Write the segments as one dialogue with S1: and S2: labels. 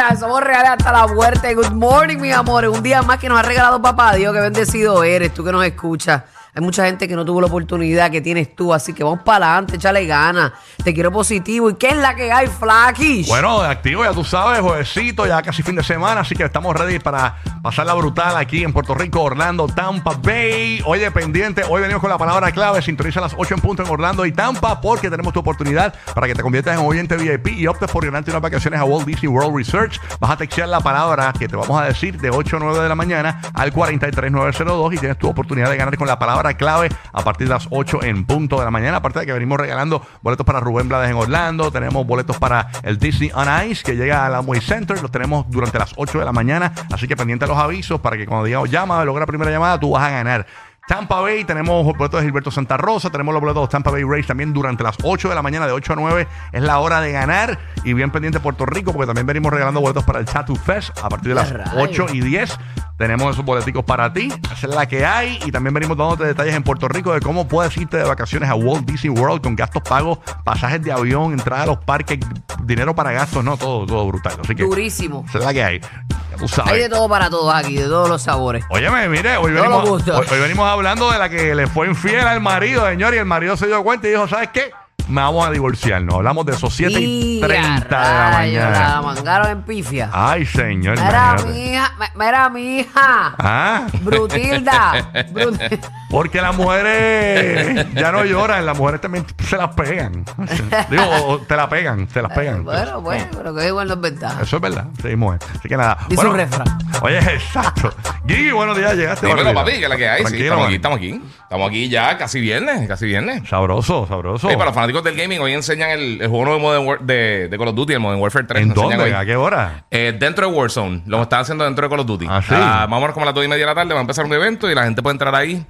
S1: Dale hasta la muerte. Good morning, mis amores. Un día más que nos ha regalado papá Dios. Qué bendecido eres, tú que nos escuchas. Hay mucha gente que no tuvo la oportunidad que tienes tú, así que vamos para adelante, échale ganas. Te quiero positivo. ¿Y qué es la que hay, Flaquish?
S2: Bueno, activo, ya tú sabes, juevesito, ya casi fin de semana, así que estamos ready para pasarla brutal aquí en Puerto Rico, Orlando, Tampa Bay. Oye, pendiente, hoy venimos con la palabra clave, sintoniza a las 8 en punto en Orlando y Tampa, porque tenemos tu oportunidad para que te conviertas en un oyente VIP y optes por ganarte unas vacaciones a Walt Disney World Research. Vas a textear la palabra que te vamos a decir de 8 a 9 de la mañana al 43902 y tienes tu oportunidad de ganar con la palabra clave a partir de las 8 en punto de la mañana. Aparte de que venimos regalando boletos para Rubén Blades en Orlando, tenemos boletos para el Disney on Ice que llega a la Amway Center, los tenemos durante las 8 de la mañana, así que pendiente a los avisos para que cuando digamos llama, logra la primera llamada, tú vas a ganar. Tampa Bay, tenemos los boletos de Gilberto Santa Rosa, tenemos los boletos de Tampa Bay Rays también durante las 8 de la mañana, de 8 a 9 es la hora de ganar. Y bien pendiente Puerto Rico, porque también venimos regalando boletos para el Tattoo Fest a partir de las
S1: Rayos.
S2: 8 y 10. Tenemos esos boleticos para ti, esa es la que hay. Y también venimos dándote detalles en Puerto Rico de cómo puedes irte de vacaciones a Walt Disney World con gastos pagos, pasajes de avión, entrada a los parques, dinero para gastos, no, todo, todo brutal. Así que
S1: Durísimo.
S2: esa es la que hay. Ya tú sabes.
S1: Hay de todo para todos aquí, de todos los sabores.
S2: Óyeme, mire, hoy
S1: No
S2: venimos,
S1: lo gusta.
S2: hoy- hoy venimos hablando de la que le fue infiel al marido, señor, y el marido se dio cuenta y dijo, ¿sabes qué? Me vamos a divorciarnos. Hablamos de eso, 7 y
S1: Y
S2: 30 de la
S1: rayos, La
S2: mañana.
S1: mangaron en pifia.
S2: Ay, señor.
S1: Mira,
S2: imagínate.
S1: mija, mi- mira, mija.
S2: Ah,
S1: Brutilda. Brutil-
S2: porque las mujeres ya no lloran, las mujeres también se las pegan. Digo, o- o te la pegan, se las pegan.
S1: Bueno, bueno, pero que igual no es verdad.
S2: Eso es verdad, sí, mujer. Así que nada.
S1: Dice un refrán.
S2: Oye, exacto. Gigi, buenos días, llegaste.
S3: Dímelo,
S2: barbaridad.
S3: papi, que es la que hay. Sí,
S2: Tranquilo,
S3: estamos aquí,
S2: man.
S3: estamos aquí. Estamos aquí ya, casi viernes, casi viernes.
S2: Sabroso, sabroso.
S3: Oye, para los fanáticos del gaming, hoy enseñan el, el juego nuevo de, Modern War- de, de Call of Duty, el Modern Warfare 3.
S2: ¿En
S3: lo enseñan
S2: dónde?
S3: hoy.
S2: ¿A qué hora?
S3: Eh, dentro de Warzone, lo están haciendo dentro de Call of Duty.
S2: Ah, ¿sí?
S3: Ah, más o menos como a las 2 y media de la tarde va a empezar un evento y la gente puede entrar ahí.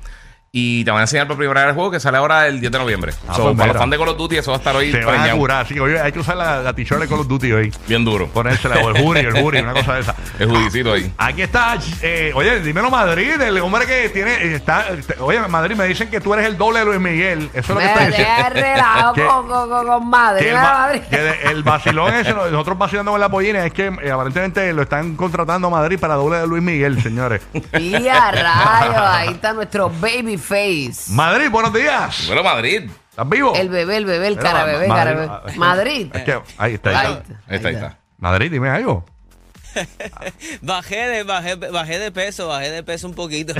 S3: Y te van a enseñar por primera vez el juego que sale ahora el 10 de noviembre.
S2: Ah,
S3: So,
S2: pues
S3: para
S2: mira.
S3: los fans de Call of Duty, eso va a estar hoy
S2: Se van a
S3: preñado.
S2: curar, así que oye, hay que usar la, la t-shirt de Call of Duty hoy.
S3: bien duro.
S2: Ponérsela, o el jury, el jury, una cosa de esa.
S3: El judicito ahí.
S2: Aquí está, eh, oye, dímelo Madrid, el hombre que tiene, eh, está, eh, te- oye, Madrid, me dicen que tú eres el doble de Luis Miguel, eso es lo que está
S1: Me
S2: diciendo.
S1: deja relajo
S2: Que-
S1: con, con, con, con madre.
S2: Que el,
S1: mira,
S2: va-
S1: madre.
S2: que de- el vacilón ese, no- nosotros vacilando con la pollina, es que eh, aparentemente lo están contratando a Madrid para doble de Luis Miguel, señores.
S1: Y a rayos, ahí está nuestro baby face.
S2: Madrid, buenos días.
S3: Bueno, Madrid.
S2: ¿Estás vivo?
S1: El bebé, el bebé, el
S2: Mira,
S1: cara bebé,
S2: Ma-
S1: cara
S2: Madrid-
S1: bebé. Madrid.
S2: Es que- ahí está, ahí está.
S3: Ahí está, ahí está.
S2: Madrid, dime algo.
S4: Bajé de, bajé, bajé de peso, bajé de peso un poquito.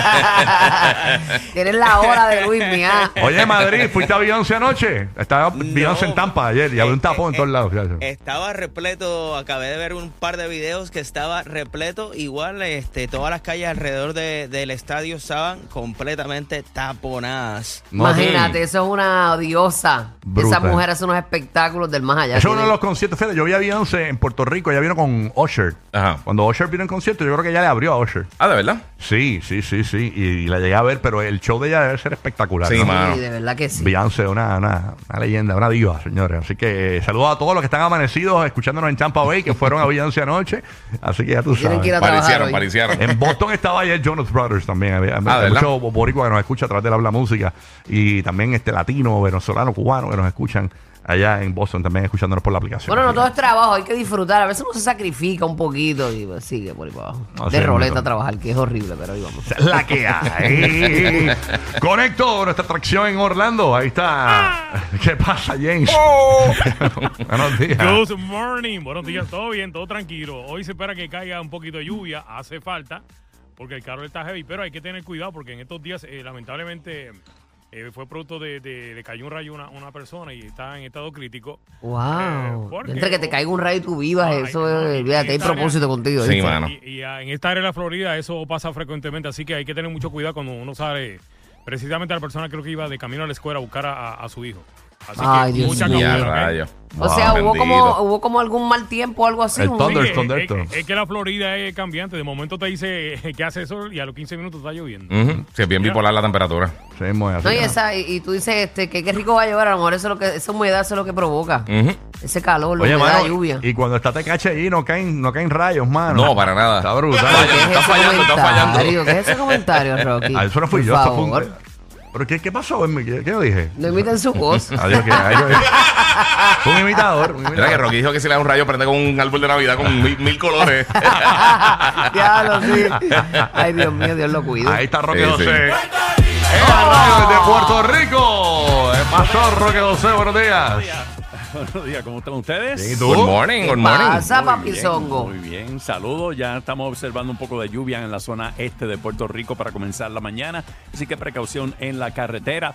S1: Tienes la hora de Luis Mía.
S2: Oye, Madrid, ¿fuiste a Beyoncé anoche? Estaba Beyoncé en Tampa ayer y había
S1: Eh,
S2: un tapón en todos lados. ya, ya.
S4: estaba repleto, acabé de ver un par de videos que estaba repleto. Igual este, todas las calles alrededor de- del estadio estaban completamente taponadas.
S1: Imagínate, eso es una diosa.
S2: Brutal.
S1: Esa mujer hace unos espectáculos del más allá.
S2: Eso es uno de
S1: Tiene-
S2: los conciertos. Fíjate, yo vi a Beyoncé en Puerto Rico, ella vino con Usher.
S3: Ajá.
S2: Cuando Usher vino en concierto, yo creo que ella le abrió a Usher.
S3: Ah, de verdad.
S2: Sí, sí, sí, sí. Y, y la llegué a ver, pero el show de ella debe ser espectacular.
S3: Sí,
S2: ¿no?
S3: man.
S1: Sí, de verdad que sí.
S2: Beyoncé, una, una, una leyenda, una diva, señores. Así que eh, saludos a todos los que están amanecidos escuchándonos en Tampa Bay, que fueron a Beyoncé anoche. Así que ya tú
S1: Tienen
S2: sabes.
S1: que ir a trabajar
S3: Parecieron,
S1: hoy.
S3: parecieron.
S2: En Boston estaba ayer Jonas Brothers también. Había,
S3: Ah,
S2: hay
S3: ¿verdad?
S2: mucho boricua que nos escucha a través de la habla música. Y también este latino, venezolano, cubano que nos escuchan allá en Boston también escuchándonos por la aplicación.
S1: Bueno, no
S2: Así
S1: todo es trabajo, hay que disfrutar. A veces uno se sacrifica un poquito y pues, sigue por ahí para abajo.
S2: Así
S1: de
S2: Ah, es,
S1: roleta
S2: Milton.
S1: a trabajar, que es horrible, pero ahí vamos.
S2: que esa es la que hay. Conecto nuestra atracción en Orlando. Ahí
S1: Ah.
S2: está. ¿Qué pasa, James?
S1: Oh.
S2: Buenos
S3: Ah.
S2: días.
S5: Good morning, buenos días, todo bien, todo tranquilo. Hoy se espera que caiga un poquito de lluvia, hace falta, porque el carro está heavy, pero hay que tener cuidado porque en estos días, eh, lamentablemente, eh, fue producto de, de- le cayó un rayo a una, una persona y está en estado crítico. Eh,
S1: Wow.
S5: porque-
S1: Entre que te caiga un rayo y tú vivas,
S5: Ay,
S1: eso
S5: no,
S1: es. Fíjate, hay
S5: Italia-
S1: propósito contigo.
S3: Sí,
S1: ¿viste?
S3: mano.
S5: Y, y, ah, en esta área de la Florida eso pasa frecuentemente, así que hay que tener mucho cuidado cuando uno sale, precisamente la persona creo que iba de camino a la escuela a buscar a, a- a su hijo. Así
S1: Ay,
S5: que
S1: Dios
S5: mucha
S1: mío.
S3: Ya,
S5: cautela, ¿ok?
S3: rayo.
S1: O sea,
S3: Wow,
S1: hubo como,
S3: bendito.
S1: hubo como algún mal tiempo o algo así.
S2: El
S1: un-
S2: thunder-
S5: Sí,
S2: Thunderstorm de
S5: es,
S2: esto.
S5: es- es que la Florida es cambiante. De momento te dice que hace sol y a los 15 minutos está lloviendo.
S3: Ujú. Sí, es bien bipolar la temperatura.
S2: Sí, muy así,
S1: No, y,
S2: ¿no?
S1: esa, y, y tú dices este, que qué rico va a llevar, a lo mejor eso es lo que, esa humedad eso es lo que provoca.
S3: Ujú.
S1: Ese calor, la
S2: Mm. Oye,
S1: humedad,
S2: mano,
S1: lluvia.
S2: y cuando está Tecache allí no caen, Ah, no caen rayos, mano.
S3: No, para nada.
S2: Está brutal.
S1: Ay, ¿Qué es
S3: está
S1: ese
S3: fallando, está
S1: comentario?
S3: fallando.
S1: ¿Qué es ese comentario, Rocky?
S2: Ah, eso no fui
S1: Por
S2: yo, eso fue un-
S1: favor.
S2: ¿Pero qué, qué pasó? ¿Qué, qué yo dije?
S1: No imiten su voz.
S2: Adiós, que, adiós. un imitador. Un
S3: Mira que
S2: imitador.
S3: Rocky dijo que si le da un rayo prende con un árbol de Navidad con mil, mil colores.
S1: Diablo, sí. Ay, Dios mío, Dios lo cuida.
S2: Ahí está Roque
S3: Sí, sí.
S2: José. de Puerto Rico! ¿Qué pasó, Roque José? Buenos días.
S6: Buenos días, ¿cómo están ustedes?
S2: Sí,
S3: good morning, good morning.
S1: pasa,
S6: Muy
S1: papi
S6: bien,
S1: Songo?
S6: Muy bien, saludos. Ya estamos observando un poco de lluvia en la zona este de Puerto Rico para comenzar la mañana, así que precaución en la carretera.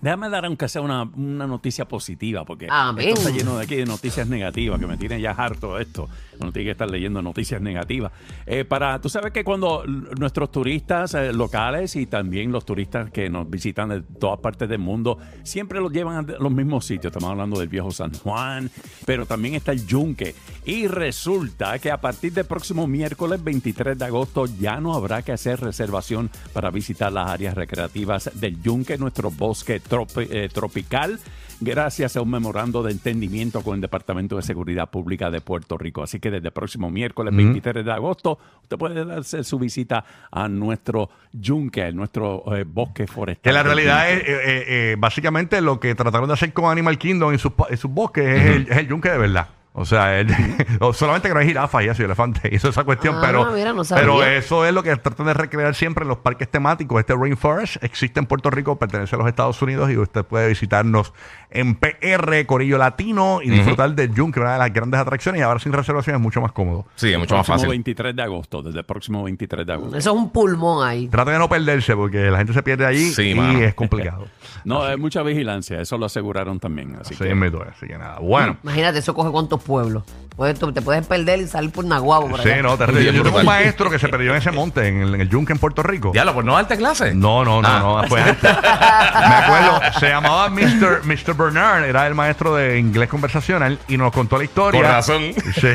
S6: Déjame dar aunque sea una, una noticia positiva, porque
S1: Amén.
S6: esto está lleno de aquí de noticias negativas, que me tiene ya harto esto. Uno tiene que estar leyendo noticias negativas. Eh, para, tú sabes que cuando l- nuestros turistas eh, locales y también los turistas que nos visitan de todas partes del mundo, siempre los llevan a los mismos sitios. Estamos hablando del viejo San Juan, pero también está el Yunque. Y resulta que a partir del próximo miércoles 23 de agosto ya no habrá que hacer reservación para visitar las áreas recreativas del Yunque, nuestro bosque tropi- eh, tropical gracias a un memorando de entendimiento con el Departamento de Seguridad Pública de Puerto Rico. Así que desde el próximo miércoles 23 de agosto, usted puede darse su visita a nuestro yunque, a nuestro eh, bosque forestal.
S2: Que la
S6: del
S2: realidad es,
S6: yunque.
S2: eh, eh, eh, básicamente, lo que trataron de hacer con Animal Kingdom en sus, pa- en sus bosques es, el, es el yunque de verdad. O sea, el- o solamente que no hay jirafas y eso, y elefantes, y eso es esa cuestión,
S1: Ah,
S2: pero,
S1: mira, no sabía.
S2: pero eso es lo que tratan de recrear siempre en los parques temáticos. Este Rainforest existe en Puerto Rico, pertenece a los Estados Unidos y usted puede visitarnos en PR, Corillo Latino, y disfrutar del yunque, una de las grandes atracciones, y ahora sin reservación es mucho más cómodo.
S3: Sí, es mucho más
S6: Próximo
S3: fácil.
S6: 23 de agosto, desde el próximo 23 de agosto.
S1: Eso es un pulmón ahí.
S2: Trata de no perderse porque la gente se pierde allí
S3: Sí,
S2: y
S3: mano.
S2: es complicado.
S6: No, hay mucha vigilancia, eso lo aseguraron también. Así
S2: Así,
S6: que
S2: es, mi duele, así que nada. Bueno.
S1: Imagínate, eso coge cuántos pueblos. Puedes- tú- te puedes perder y salir por Naguabo. por
S2: Sí,
S1: allá.
S2: no, terrible. Yo,
S3: Bien
S2: yo tengo
S3: brutal.
S2: un maestro que se perdió en ese monte, en el, en el yunque en Puerto Rico.
S3: Diablo, por no darte clase.
S2: No, no, no,
S3: Ah.
S2: no. fue antes. Me acuerdo, se llamaba Mr. Mr. Bernard, era el maestro de inglés conversacional y nos contó la historia.
S3: Por razón.
S2: Sí.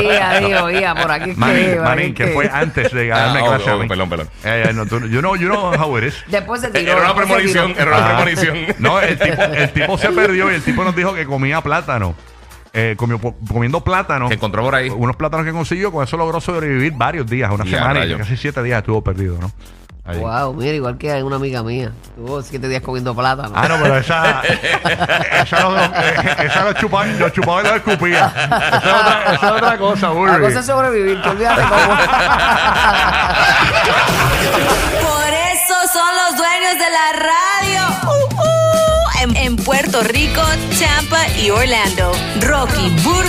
S1: Ia, digo, ia, por aquí es que,
S2: Marín,
S1: por aquí
S2: Marín,
S1: es
S2: que fue antes de
S3: Ah,
S2: ganarme
S3: oh,
S2: clase. a
S3: oh,
S2: mí.
S3: perdón, perdón.
S2: Eh, eh, no, tú- you know, you know how it is.
S1: Después se tiró.
S3: Eh, Era una
S1: después se
S3: premonición,
S1: tiró.
S3: era una
S2: Ah.
S3: premonición.
S2: No, el tipo, el tipo se perdió y el tipo nos dijo que comía plátano. Eh, comió- comiendo plátano.
S3: Se encontró por ahí.
S2: Unos plátanos que consiguió, con eso logró sobrevivir varios días, una
S3: Ya,
S2: semana y
S3: rayo.
S2: casi siete días estuvo perdido, ¿no? Ahí.
S1: Wow, mira, igual que hay una amiga mía. Tuvo siete días comiendo plátano.
S2: Ah, no, pero esa. esa los, esa los chupaba, los chupaba y los escupía. Esa es otra, esa es otra cosa,
S1: La
S2: Burby.
S1: cosa es sobrevivir, tú olvídate cómo.
S7: Por eso son los dueños de la radio. Uh, uh. En, en Puerto Rico, Tampa y Orlando. Rocky, Burbu